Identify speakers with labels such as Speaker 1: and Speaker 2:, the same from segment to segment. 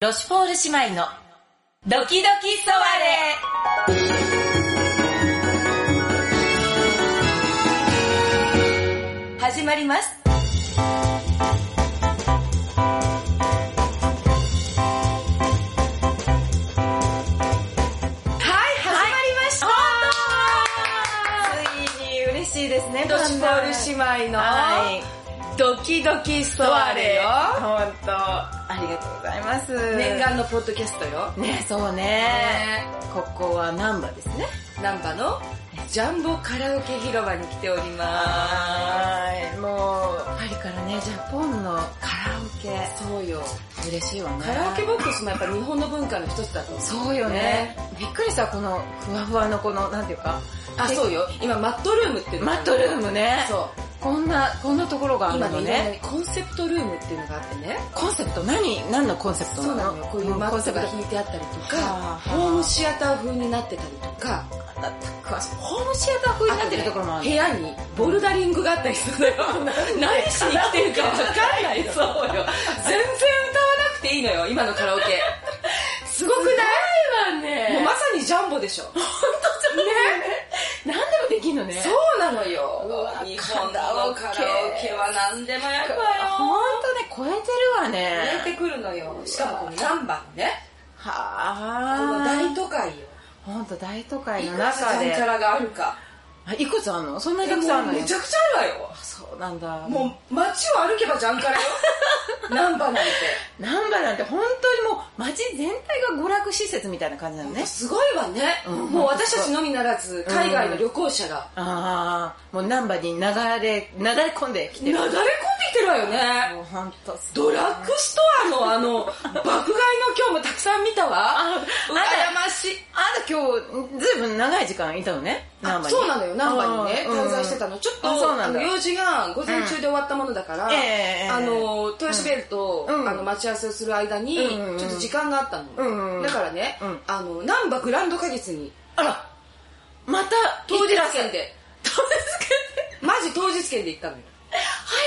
Speaker 1: ロシュポール姉妹のドキドキソワレ始まります
Speaker 2: はい、始まりました、
Speaker 1: ついに嬉しいですね
Speaker 2: ドシポール姉妹の、
Speaker 1: はい
Speaker 2: ドキドキストアレよ。
Speaker 1: 本
Speaker 2: 本当あ
Speaker 1: ありがとうございます
Speaker 2: 念願のポッドキャストよ。
Speaker 1: ねそうねここは難波ですね
Speaker 2: 難波のジャンボカラオケ広場に来ておりま
Speaker 1: いもうパリからねジャポンのカラオケ
Speaker 2: す。そうよ。
Speaker 1: 嬉しいわね
Speaker 2: カラオケボックスもやっぱ日本の文化の一つだと思う。
Speaker 1: そうよね
Speaker 2: ね
Speaker 1: びっくりしたこのふわふわのこのなんていうか
Speaker 2: あ、そうよ。今、マットルームっていうの
Speaker 1: マ
Speaker 2: が
Speaker 1: ットルームね
Speaker 2: そ
Speaker 1: こんなこんなところがあ
Speaker 2: う。
Speaker 1: る
Speaker 2: 今
Speaker 1: の
Speaker 2: ね、
Speaker 1: ね
Speaker 2: コンセプトルームっていうのがあってね。
Speaker 1: コンセプト何何のコンセプト
Speaker 2: そうな
Speaker 1: な
Speaker 2: の
Speaker 1: の
Speaker 2: よ。こういうマ
Speaker 1: コン
Speaker 2: ッ
Speaker 1: セ
Speaker 2: ト
Speaker 1: プ
Speaker 2: が
Speaker 1: ト
Speaker 2: 引いてあったりと
Speaker 1: はあ
Speaker 2: か、ホームシアター風になってたりとか、
Speaker 1: だった詳しいホームシアター風になってるところもある
Speaker 2: 部屋にボルダリングがあったりするのよ 何しに来てるか分かんないそうよ全然歌わなくていいのよ今のカラオケ すごくないもうまさにジャンボでしょ本当じゃね
Speaker 1: 何でもできんのね
Speaker 2: そうなのよ
Speaker 1: うわ
Speaker 2: 日本のカラオケは何でもやるわよ
Speaker 1: 本当ね超えてるわね
Speaker 2: 泣いてくるのよしかもこのナンバーね
Speaker 1: は
Speaker 2: この大
Speaker 1: あ
Speaker 2: 都会よ
Speaker 1: 本当大都会
Speaker 2: い
Speaker 1: の
Speaker 2: くつ
Speaker 1: 中
Speaker 2: ジャン
Speaker 1: で
Speaker 2: カラがあるか
Speaker 1: あいくつあんのそんなに
Speaker 2: で
Speaker 1: た
Speaker 2: も
Speaker 1: くさんある
Speaker 2: め
Speaker 1: の
Speaker 2: ちゃくちゃあるわよ
Speaker 1: そうなんだ
Speaker 2: もう街を歩けばジャンカラ よナンバーなんて
Speaker 1: 難波なんて本当にもう街全体が娯楽施設みたいな感じなのね
Speaker 2: すごいわね、
Speaker 1: うん
Speaker 2: もう私たちのみならず海外の旅行者が
Speaker 1: ああもう難波に流れ流れ込んできて
Speaker 2: な
Speaker 1: る
Speaker 2: だれ込んできてるわよね
Speaker 1: もう本当す
Speaker 2: ドラッグストアのあの爆買いの今日もたくさん見たわ
Speaker 1: あ
Speaker 2: 羨ましい
Speaker 1: あなた今日ずいぶん長い時間いたのね難波に
Speaker 2: そうなのよ難波にね
Speaker 1: うん
Speaker 2: 滞在してたのちょっ
Speaker 1: あそう
Speaker 2: と
Speaker 1: な
Speaker 2: あ
Speaker 1: んだ
Speaker 2: の用事が午前中で終わったものだから、
Speaker 1: うんええええ
Speaker 2: あの豊島ベルと、
Speaker 1: うん
Speaker 2: あの待ち合わせをする間に
Speaker 1: うん
Speaker 2: ちょっと時間があったの、
Speaker 1: うん
Speaker 2: だからね、
Speaker 1: うん
Speaker 2: あの難波グランド花月に
Speaker 1: あらまた
Speaker 2: 当
Speaker 1: 行っ
Speaker 2: 日
Speaker 1: てらっしゃ
Speaker 2: 券
Speaker 1: る
Speaker 2: で
Speaker 1: 当日券で
Speaker 2: マジ当日券で行ったのよ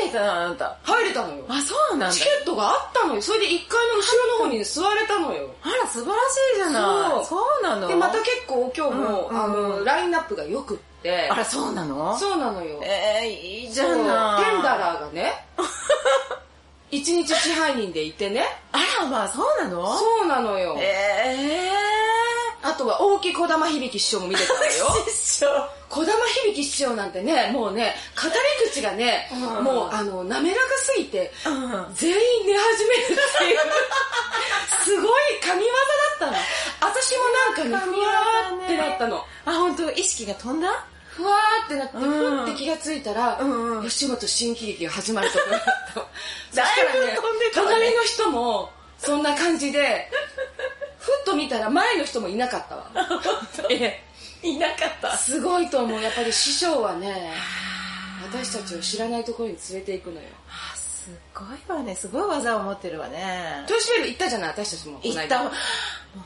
Speaker 1: 入れたなあなた
Speaker 2: 入れたのよ
Speaker 1: あそうなんだ
Speaker 2: チケットがあったのよそれで1階の後ろの方に座れたのよ
Speaker 1: あら素晴らしいじゃない
Speaker 2: そう
Speaker 1: そうなの
Speaker 2: でまた結構今日も、
Speaker 1: うん
Speaker 2: あ
Speaker 1: う
Speaker 2: のラインナップがよくって
Speaker 1: あらそうなの
Speaker 2: そうなのよ
Speaker 1: えー、いいじゃ
Speaker 2: そうテン
Speaker 1: ない
Speaker 2: ダラーが ね1日支配人でいてね
Speaker 1: あらまあそうなの
Speaker 2: そうなのよ
Speaker 1: え
Speaker 2: あとは大木児玉響師匠も見てたのよ
Speaker 1: え 師匠
Speaker 2: 児玉響師匠なんてねもうね語り口がね、
Speaker 1: うん
Speaker 2: もうあの滑らかすぎて
Speaker 1: うん
Speaker 2: 全員寝始めるっていうすごい神業だったの私もなんかね
Speaker 1: 神
Speaker 2: ふ
Speaker 1: 業
Speaker 2: わ
Speaker 1: ね
Speaker 2: ーってなったの
Speaker 1: あ本当意識が飛んだ
Speaker 2: ふわーってなって
Speaker 1: うん
Speaker 2: ふって気がついたら、
Speaker 1: うんうん
Speaker 2: 吉本新喜劇が始まるところ だったのそ
Speaker 1: だ
Speaker 2: した
Speaker 1: いぶ
Speaker 2: らね
Speaker 1: 飛んでたわね
Speaker 2: 隣の人もそんな感じでふっと見たら前の人もいなかったわ え
Speaker 1: いなかった
Speaker 2: えすごいと思うやっぱり師匠はね私たちを知らないところに連れていくのよ
Speaker 1: あすごいわねすごい技を持ってるわね
Speaker 2: 豊島ル行ったじゃない私たちもこの
Speaker 1: 行
Speaker 2: 間
Speaker 1: ったもう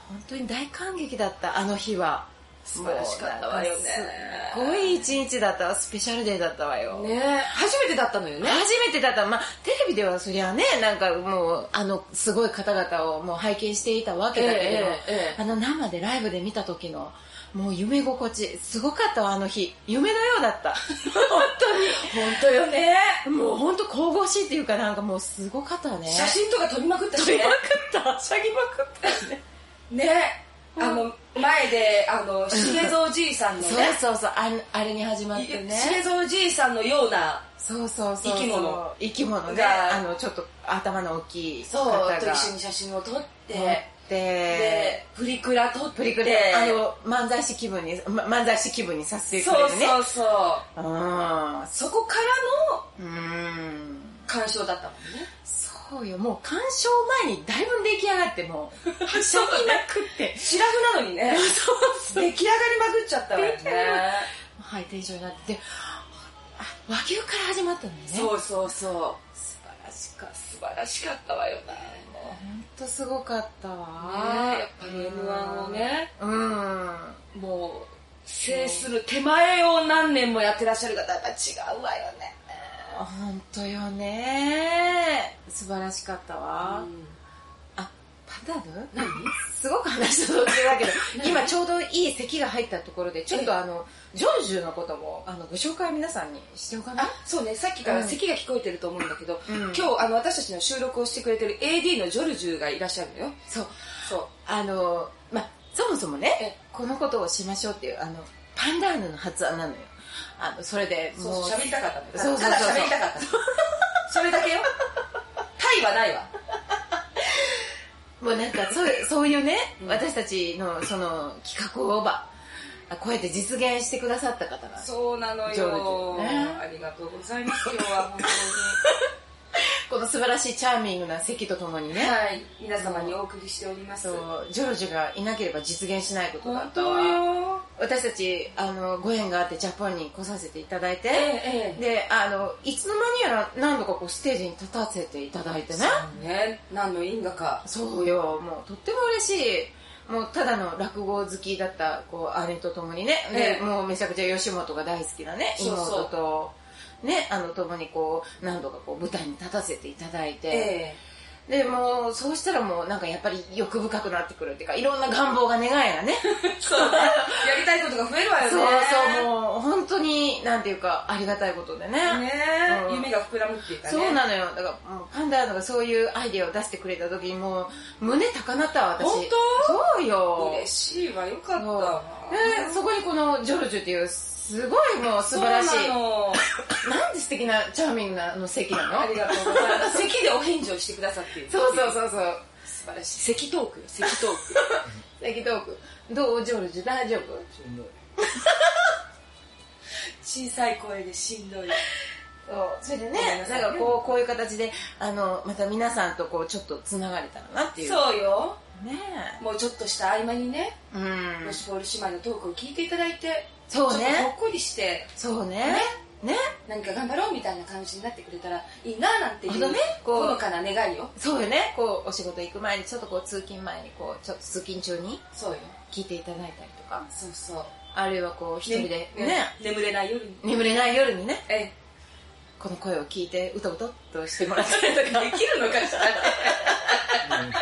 Speaker 1: 本当に大感激だったあの日は
Speaker 2: 素晴らしかったわよね
Speaker 1: すごい一日だったわスペシャルデーだったわよ、
Speaker 2: ねえ初めてだったのよね
Speaker 1: 初めてだったまあテレビではそりゃねなんかもうあのすごい方々をもう拝見していたわけだけど、
Speaker 2: ええええええ
Speaker 1: あの生でライブで見た時のもう夢心地すごかったわあの日夢のようだった本
Speaker 2: 本当よね
Speaker 1: 当にもう本当神々しいっていうかなんかもうすごかったわね
Speaker 2: 写真とか撮りまくったし
Speaker 1: 撮り
Speaker 2: ね
Speaker 1: まくったしゃぎまくったね
Speaker 2: ねあの前であの重蔵じいさんの
Speaker 1: そう
Speaker 2: ね
Speaker 1: そうそうあんあれに始まっ
Speaker 2: い
Speaker 1: てね
Speaker 2: 重蔵じいさんのような
Speaker 1: そうそうそうそう
Speaker 2: 生き物
Speaker 1: 生き物ね
Speaker 2: が
Speaker 1: あのちょっと頭の大きい
Speaker 2: そ
Speaker 1: 方
Speaker 2: う
Speaker 1: が
Speaker 2: と一緒に写真を撮っ
Speaker 1: 乗
Speaker 2: て
Speaker 1: って
Speaker 2: でプリクラ撮って
Speaker 1: プリクラ、あの、漫才師気分に、ま漫才師気分にさせてく
Speaker 2: そ
Speaker 1: れ
Speaker 2: う
Speaker 1: るね。
Speaker 2: そうそう
Speaker 1: うーん。
Speaker 2: そこからの
Speaker 1: うーん。
Speaker 2: 鑑賞だったもんね
Speaker 1: そうよ、もう鑑賞前にだいぶ出来上がって、もう、はしゃぎなくって。
Speaker 2: シラフなのに ね
Speaker 1: そうそう。
Speaker 2: 出来上がりまくっちゃったわよ
Speaker 1: 出来上
Speaker 2: ね
Speaker 1: がはい、テンションになって。であ和牛から始まったんだよね。
Speaker 2: そうそうそう素晴らしか素晴らしかったわよなも
Speaker 1: ほんとすごかったわ。
Speaker 2: うねやっぱり m 1をね
Speaker 1: うん。
Speaker 2: もう制する手前を何年もやってらっしゃる方はやっぱ違うわよね、
Speaker 1: ほんとよね。素晴らしかったわ。あ、パタ多分 すごく話とってだけ ど、今ちょうどいい咳が入ったところで、ちょっとあの、ジョンジュのことも、あの、ご紹介皆さんにしておかない
Speaker 2: あそうねさっきから咳が聞こえてると思うんだけど、
Speaker 1: うん
Speaker 2: 今日あの私たちの収録をしてくれてる AD のジョルジュがいらっしゃるのよ
Speaker 1: そう。
Speaker 2: そう
Speaker 1: あの、まあ、そもそも
Speaker 2: え
Speaker 1: ね、このことをしましょうっていう、あの、パンダーヌの発案なのよ。あの、それで、
Speaker 2: そう
Speaker 1: もう、
Speaker 2: 喋りたかったのよ
Speaker 1: そうそうそう
Speaker 2: ただ喋りたかった のそれだけよタイはないわ
Speaker 1: もうなんか そういうそういうね、
Speaker 2: うん
Speaker 1: 私たちのその企画をば、あこうやって実現してくださった方なんです
Speaker 2: そうなの
Speaker 1: ジョルジュね
Speaker 2: ありがとうございます今日は 本当
Speaker 1: この素晴らしいチャーミングな席とともに
Speaker 2: に
Speaker 1: ね、
Speaker 2: はい皆様にお送りしております
Speaker 1: そうジョルジュがいなければ実現しないことだったわ
Speaker 2: よ
Speaker 1: 私たちあのご縁があってジャパンに来させていただいて、
Speaker 2: えええ
Speaker 1: であのいつの間にやら何度かこうステージに立たせていただいてね
Speaker 2: えそうね何の因果か
Speaker 1: そうよもうとっても嬉しいもうただの落語好きだったこう姉と共にね、
Speaker 2: え
Speaker 1: で
Speaker 2: え
Speaker 1: もうめちゃくちゃ吉本が大好きなね
Speaker 2: そうそう
Speaker 1: 妹とねあの共にこう何度かこう舞台に立たせていただいて、
Speaker 2: え
Speaker 1: でもうそうしたらもうなんかやっぱり欲深くなってくるっていうかいろんな願望が願いがね
Speaker 2: そうねやりたいことが増えるわよね
Speaker 1: そうそうもう本当になんていうかありがたいことでね
Speaker 2: ね
Speaker 1: うん
Speaker 2: 夢が膨らむっていうかね
Speaker 1: そうなのよだからもうパンダーノがそういうアイデアを出してくれた時にもう胸高鳴ったわ私
Speaker 2: 本
Speaker 1: そうよ
Speaker 2: 嬉しいわよかった
Speaker 1: そう
Speaker 2: わ
Speaker 1: でそこにこのジョルジュっていうすごいもう素晴らし
Speaker 2: そう
Speaker 1: い
Speaker 2: なの
Speaker 1: なんで素敵なチャーミングなあの席なの
Speaker 2: ありがとうございます咳でお返事をしてくださっている
Speaker 1: そうそうそうそう
Speaker 2: 素晴らしい咳トークよ咳トーク
Speaker 1: 席トークどうジョルジュ大丈夫
Speaker 2: 小さい声でしんどい
Speaker 1: そうそれでね
Speaker 2: ごめんなさ
Speaker 1: ないんかこうこういう形であのまた皆さんとこうちょっとつながれたらなっていう
Speaker 2: そうよ
Speaker 1: ね
Speaker 2: もうちょっとした合間にね
Speaker 1: えうん
Speaker 2: もしポール姉妹のトークを聞いていただいて
Speaker 1: そうね
Speaker 2: ちょっとほっこりして
Speaker 1: そうねね
Speaker 2: 何か頑張ろうみたいな感じになってくれたらいいななんてい
Speaker 1: あ
Speaker 2: う
Speaker 1: のねこ
Speaker 2: ほ
Speaker 1: う
Speaker 2: のかな願いよ
Speaker 1: そうよねこうお仕事行く前にちょっとこう通勤前にこうちょっと通勤中に
Speaker 2: そうよ
Speaker 1: 聞いていただいたりとか
Speaker 2: そうそう
Speaker 1: あるいはこう一人でね
Speaker 2: 眠れない夜に
Speaker 1: 眠れない夜にね
Speaker 2: え え
Speaker 1: この声を聞いてうとうとっとしてもらったりとか
Speaker 2: できるのか しらね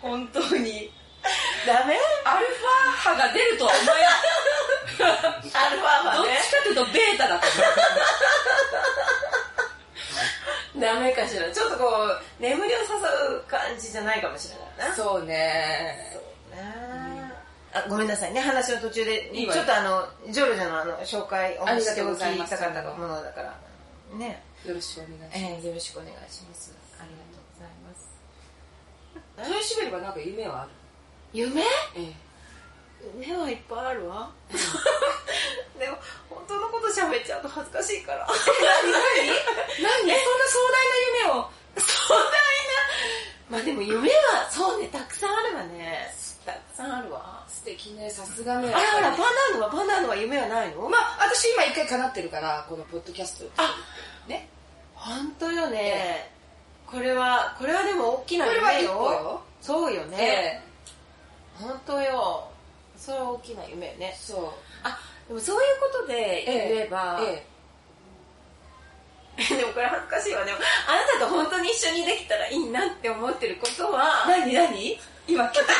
Speaker 2: 本当に
Speaker 1: ダメ
Speaker 2: アルファ波が出るとは思
Speaker 1: アルファ
Speaker 2: えないどっちかというとベータだと
Speaker 1: ダメかしらちょっとこう眠りを誘う感じじゃないかもしれないな
Speaker 2: 思うそうね
Speaker 1: ねあごめんなさいね話の途中で
Speaker 2: いいわ
Speaker 1: ち
Speaker 2: よ
Speaker 1: ょっとあのジョルジャのあの紹介お
Speaker 2: あり
Speaker 1: 話
Speaker 2: がとうご
Speaker 1: を
Speaker 2: ざい
Speaker 1: 聞い
Speaker 2: ます
Speaker 1: たかったものだからね、
Speaker 2: よろしくお願いします
Speaker 1: えーよろしくお願いしますありがとうございます
Speaker 2: 豊島よりはなんか夢はある
Speaker 1: 夢
Speaker 2: え
Speaker 1: 夢はいっぱいあるわ でも本当のこと喋っちゃうと恥ずかしい から
Speaker 2: え何そんな壮大な夢を
Speaker 1: 壮大なまあでも夢はそうねたくさんあるわねたくさんあるわ
Speaker 2: 素敵ねさすが
Speaker 1: あ
Speaker 2: ね
Speaker 1: らあらパンダーノはパンダーノは夢はないの
Speaker 2: まあ私今一回叶ってるからこのポッドキャスト
Speaker 1: あ
Speaker 2: ね
Speaker 1: 本当よねこれはこれはでも大きな
Speaker 2: これは
Speaker 1: 夢
Speaker 2: 一
Speaker 1: よ
Speaker 2: 個よ
Speaker 1: そうよ
Speaker 2: え
Speaker 1: ね、
Speaker 2: え
Speaker 1: 本当よそれは大きな夢よね
Speaker 2: そう
Speaker 1: あでもそういうことで言えば、
Speaker 2: え
Speaker 1: でもこれ恥ずかしいわでもあなたと本当に一緒にできたらいいなって思ってること
Speaker 2: え
Speaker 1: は
Speaker 2: 何何 今きっと何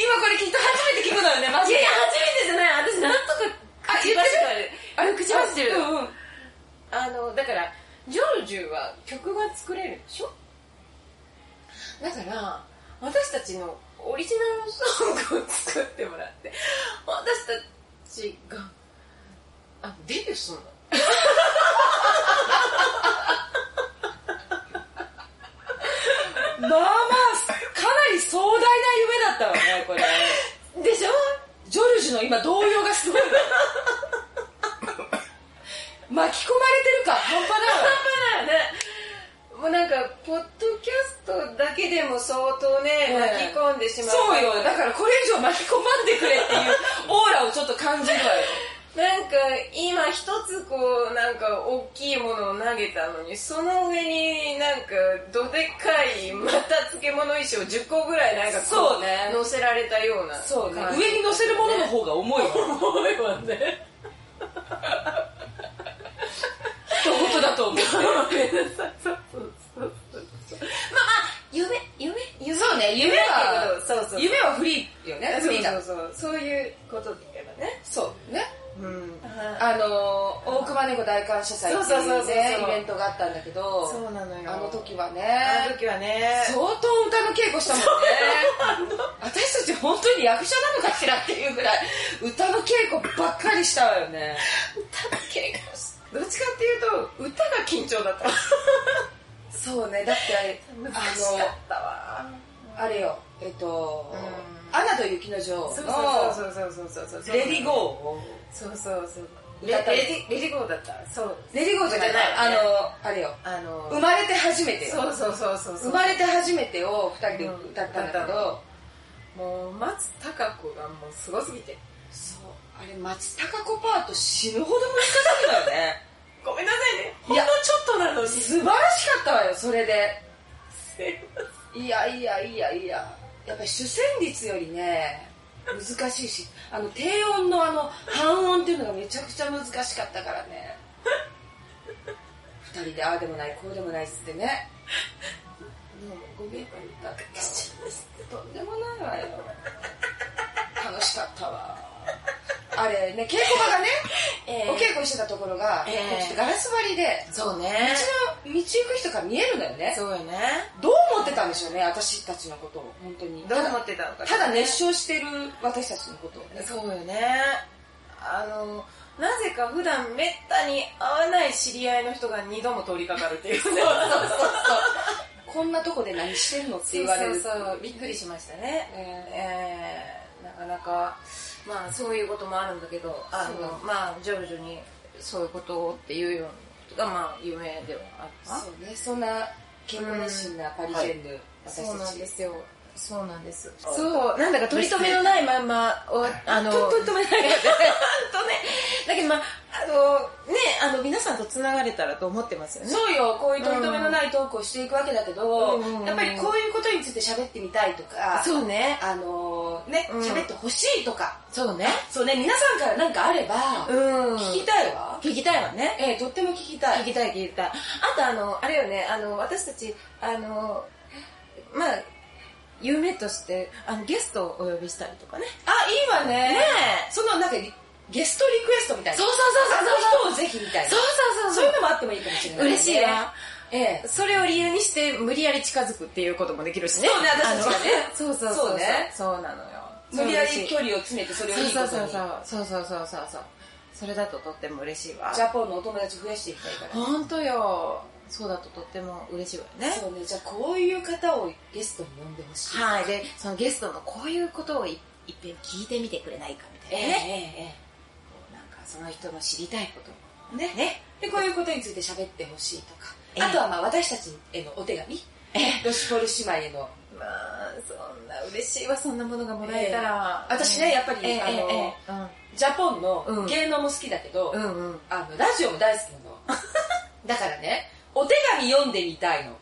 Speaker 2: 今これきっと初めて聞くのよねマ
Speaker 1: い
Speaker 2: ジで
Speaker 1: やいや初めてじゃない私なんとか
Speaker 2: あ
Speaker 1: 口
Speaker 2: 言
Speaker 1: ば
Speaker 2: っ
Speaker 1: して
Speaker 2: る
Speaker 1: かるあ口ばしてる
Speaker 2: うんうん
Speaker 1: あのだからジョルジュは曲が作れるでしょだから私たちのオリジナルソングを作ってもらって私たちがあデビューするの
Speaker 2: まあまあ、かなり壮大な夢だったわね、これ。
Speaker 1: でしょ
Speaker 2: ジョルジュの今動揺がすごいわ。巻き込まれてるか、半端ない
Speaker 1: 半端
Speaker 2: わ。
Speaker 1: ないよねもうなんかポッドキャストだけでも相当ね、
Speaker 2: ええ
Speaker 1: 巻き込んで しまう
Speaker 2: そうよ、だからこれ以上巻き込まんでくれっていうオーラをちょっと感じるわよ。
Speaker 1: なんか今一つこうなんか大きいものを投げたのにその上になんかどでかいまた漬物衣装10個ぐらいなんかこ
Speaker 2: そうね
Speaker 1: 乗せられたような
Speaker 2: そうね、
Speaker 1: 感じ
Speaker 2: 上に乗せるものの方が重いわ。
Speaker 1: 重いわね
Speaker 2: 一言だと思う。
Speaker 1: ごめんなさいそうそうそうそうまあまあ
Speaker 2: だ
Speaker 1: そうそうそうそういうことで言えばね
Speaker 2: そうね
Speaker 1: うん
Speaker 2: あのー大熊猫大感謝祭って
Speaker 1: そうそう
Speaker 2: い
Speaker 1: そう
Speaker 2: う
Speaker 1: そう
Speaker 2: ねイベントがあったんだけど
Speaker 1: そうなのよ
Speaker 2: あの時は
Speaker 1: あの
Speaker 2: ね
Speaker 1: 時はね
Speaker 2: 相当歌の稽古したもんね私たち本当に役者なのかしらっていうぐらい歌の稽古ばっかりしたわよね
Speaker 1: 歌の稽古しどっちかっていうと歌が緊張だった
Speaker 2: そうねだって
Speaker 1: 難しか
Speaker 2: あ
Speaker 1: ったわ
Speaker 2: のあれよえっと
Speaker 1: う
Speaker 2: 「アナと雪の女王」
Speaker 1: そう
Speaker 2: の
Speaker 1: そうそうそうそうそう
Speaker 2: 「
Speaker 1: そう
Speaker 2: レディーゴ
Speaker 1: そうそうそうレ
Speaker 2: 歌ったの
Speaker 1: レディレディゴーだったそう
Speaker 2: ー」レディーゴーじゃない
Speaker 1: じゃない
Speaker 2: あ
Speaker 1: ね
Speaker 2: のあれよ
Speaker 1: あの
Speaker 2: 生まれて初めてよ
Speaker 1: そうそうそうそうそ
Speaker 2: 生
Speaker 1: う
Speaker 2: まれて初めてを2人で歌ったんだけ
Speaker 1: うん歌
Speaker 2: ど
Speaker 1: もう松たか子がもうすごすぎて
Speaker 2: そうあれ松たか子パート死ぬほど難しいのよね
Speaker 1: ごめんなさいねほん
Speaker 2: い
Speaker 1: の
Speaker 2: や
Speaker 1: ちょっとなのに
Speaker 2: 素晴らしかったわよそれで
Speaker 1: う
Speaker 2: いやいやいやいややっぱり主旋律よりね難しいしあの低音のあの半音っていうのがめちゃくちゃ難しかったからね2人でああでもないこうでもないっつってね
Speaker 1: ごめん
Speaker 2: だったとんでもないわよ楽しかったわあれね稽古場がね、
Speaker 1: えー
Speaker 2: お稽古してたところが、
Speaker 1: えー
Speaker 2: ちょっとガラス張りで
Speaker 1: そうね
Speaker 2: 道の道行く人から見えるのよね
Speaker 1: そうよね
Speaker 2: どう思ってたんでしょうね私たちのことを本当に
Speaker 1: どう思ってたのか
Speaker 2: ただ熱唱してる私たちのことをね
Speaker 1: そうよねあのなぜか普段めったに会わない知り合いの人が二度も通りかかる っていうそう
Speaker 2: こんなとこで何してるのって言われる
Speaker 1: そうそうびっくりしましたねえ
Speaker 2: え
Speaker 1: ーなかなかまあそういうこともあるんだけどあの
Speaker 2: そ
Speaker 1: まあ徐々にそういうことをっていうようなことがまあ夢では
Speaker 2: ー
Speaker 1: あっ
Speaker 2: そうねそんな健康熱心なパリジェンヌ、
Speaker 1: た
Speaker 2: 私たち
Speaker 1: すよそうなんです
Speaker 2: あ
Speaker 1: そうなんだか取り留めのないまんまをあ の
Speaker 2: とととめないで
Speaker 1: とね、だけどまあ、あの、ね、あの、皆さんと繋がれたらと思ってますよね。
Speaker 2: そうよこういうとりとめのないトークをしていくわけだけど、
Speaker 1: うんうんうんうん
Speaker 2: やっぱりこういうことについて喋ってみたいとか
Speaker 1: うね。
Speaker 2: あのーね
Speaker 1: うん
Speaker 2: 喋ってほしいとか
Speaker 1: そうね。
Speaker 2: そうね皆さんから何かあれば、
Speaker 1: うん。
Speaker 2: 聞きたいわ、
Speaker 1: 聞きたいわね。
Speaker 2: ええとっても聞きたい
Speaker 1: 聞きたい聞きたい。あとあの、あれよね、あの、私たち、あの、まあ、夢として、あの、ゲストをお呼びしたりとかね。
Speaker 2: あいいわね
Speaker 1: ね
Speaker 2: そのなんかゲストリクエストみたいな
Speaker 1: そうそう
Speaker 2: あの人をぜひみたいな
Speaker 1: そうそうそう
Speaker 2: そういうのもあってもいいかもしれない、
Speaker 1: 嬉しいわ。
Speaker 2: ええ
Speaker 1: それを理由にして無理やり近づくっていうこともできるしね。
Speaker 2: そうね私たちがね
Speaker 1: あの そうそう
Speaker 2: そ
Speaker 1: そうう
Speaker 2: ね
Speaker 1: そうなのよ。
Speaker 2: 無理や
Speaker 1: そう嬉
Speaker 2: り
Speaker 1: しい
Speaker 2: 距離を詰めてそれをいいこと
Speaker 1: そう
Speaker 2: に
Speaker 1: そうそうそうそうそうそうそうそれだととっても嬉しいわ
Speaker 2: ジャポンのお友達増やしていきたいから、
Speaker 1: 本当よそうだととっても嬉しいわよね
Speaker 2: そうねじゃあこういう方をゲストに呼んでほしい、
Speaker 1: はいでそのゲストのこういうことをいいっぺん聞いてみてくれないかみ
Speaker 2: え
Speaker 1: た
Speaker 2: え
Speaker 1: いなね、
Speaker 2: ええ
Speaker 1: なんかその人の知りたいこと
Speaker 2: えね
Speaker 1: ね
Speaker 2: でこういうことについて喋ってほしいとか、
Speaker 1: ええ
Speaker 2: あとはまあ私たちへのお手紙、ロシュポル姉妹への
Speaker 1: まあそんな嬉しいわそんなものがもらえたら、
Speaker 2: ええ私ねやっぱり
Speaker 1: ええ
Speaker 2: あの
Speaker 1: ええ
Speaker 2: ジャポンの
Speaker 1: うん
Speaker 2: 芸能も好きだけど、
Speaker 1: うんうんうん
Speaker 2: あの、ラジオも大好きなの。 だからね、お手紙読んでみたいの。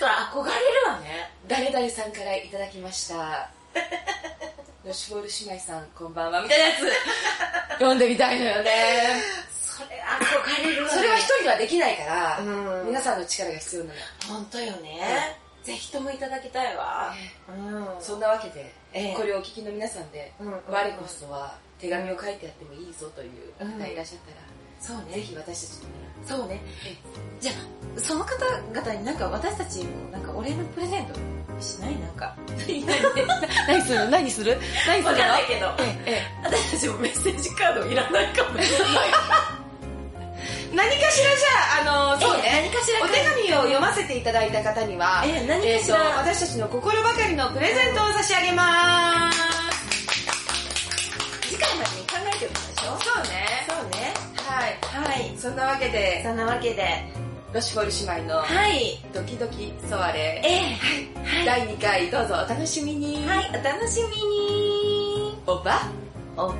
Speaker 1: そう憧れるわね
Speaker 2: 誰々さんからいただき ました。ロシュボール姉妹さん、こんばんは。みたいなや つ、読んでみたいのよね。
Speaker 1: それ憧れるわ、ね、
Speaker 2: それは一人ではできないから、
Speaker 1: うん
Speaker 2: 皆さんの力が必要なのよ。
Speaker 1: 本当よね、ぜひともいただきたいわ、うん
Speaker 2: そんなわけで、
Speaker 1: ええ
Speaker 2: これをお聞きの皆さんで、
Speaker 1: うんうん
Speaker 2: 我こそは手紙を書いてあってもいいぞという方がいらっしゃった
Speaker 1: そう
Speaker 2: ら、
Speaker 1: ね
Speaker 2: ぜひ私たちにね、
Speaker 1: そうね。じゃあ、その方々になんか私たちもなんかお礼のプレゼントしないなんか。何する何する何するわかんないけど。私たちもメッセージカードいらないかもしれない。
Speaker 2: 何かしらじゃあ、あの、そうね。
Speaker 1: 何かしら
Speaker 2: お手紙を読ませていただいた方には、
Speaker 1: ええ何かしら
Speaker 2: えーと私たちの心ばかりのプレゼントを差し上げます。
Speaker 1: 次回までに考えておきましょう。
Speaker 2: そうね。
Speaker 1: そうね。
Speaker 2: はい。
Speaker 1: はい。
Speaker 2: そんなわけで、
Speaker 1: そんなわけで。
Speaker 2: ロシュフォル姉妹の
Speaker 1: はい。
Speaker 2: ドキドキソワレ、
Speaker 1: ええはい。
Speaker 2: 第2回どうぞお楽しみに。
Speaker 1: はい。お楽しみに。
Speaker 2: おば
Speaker 1: おば。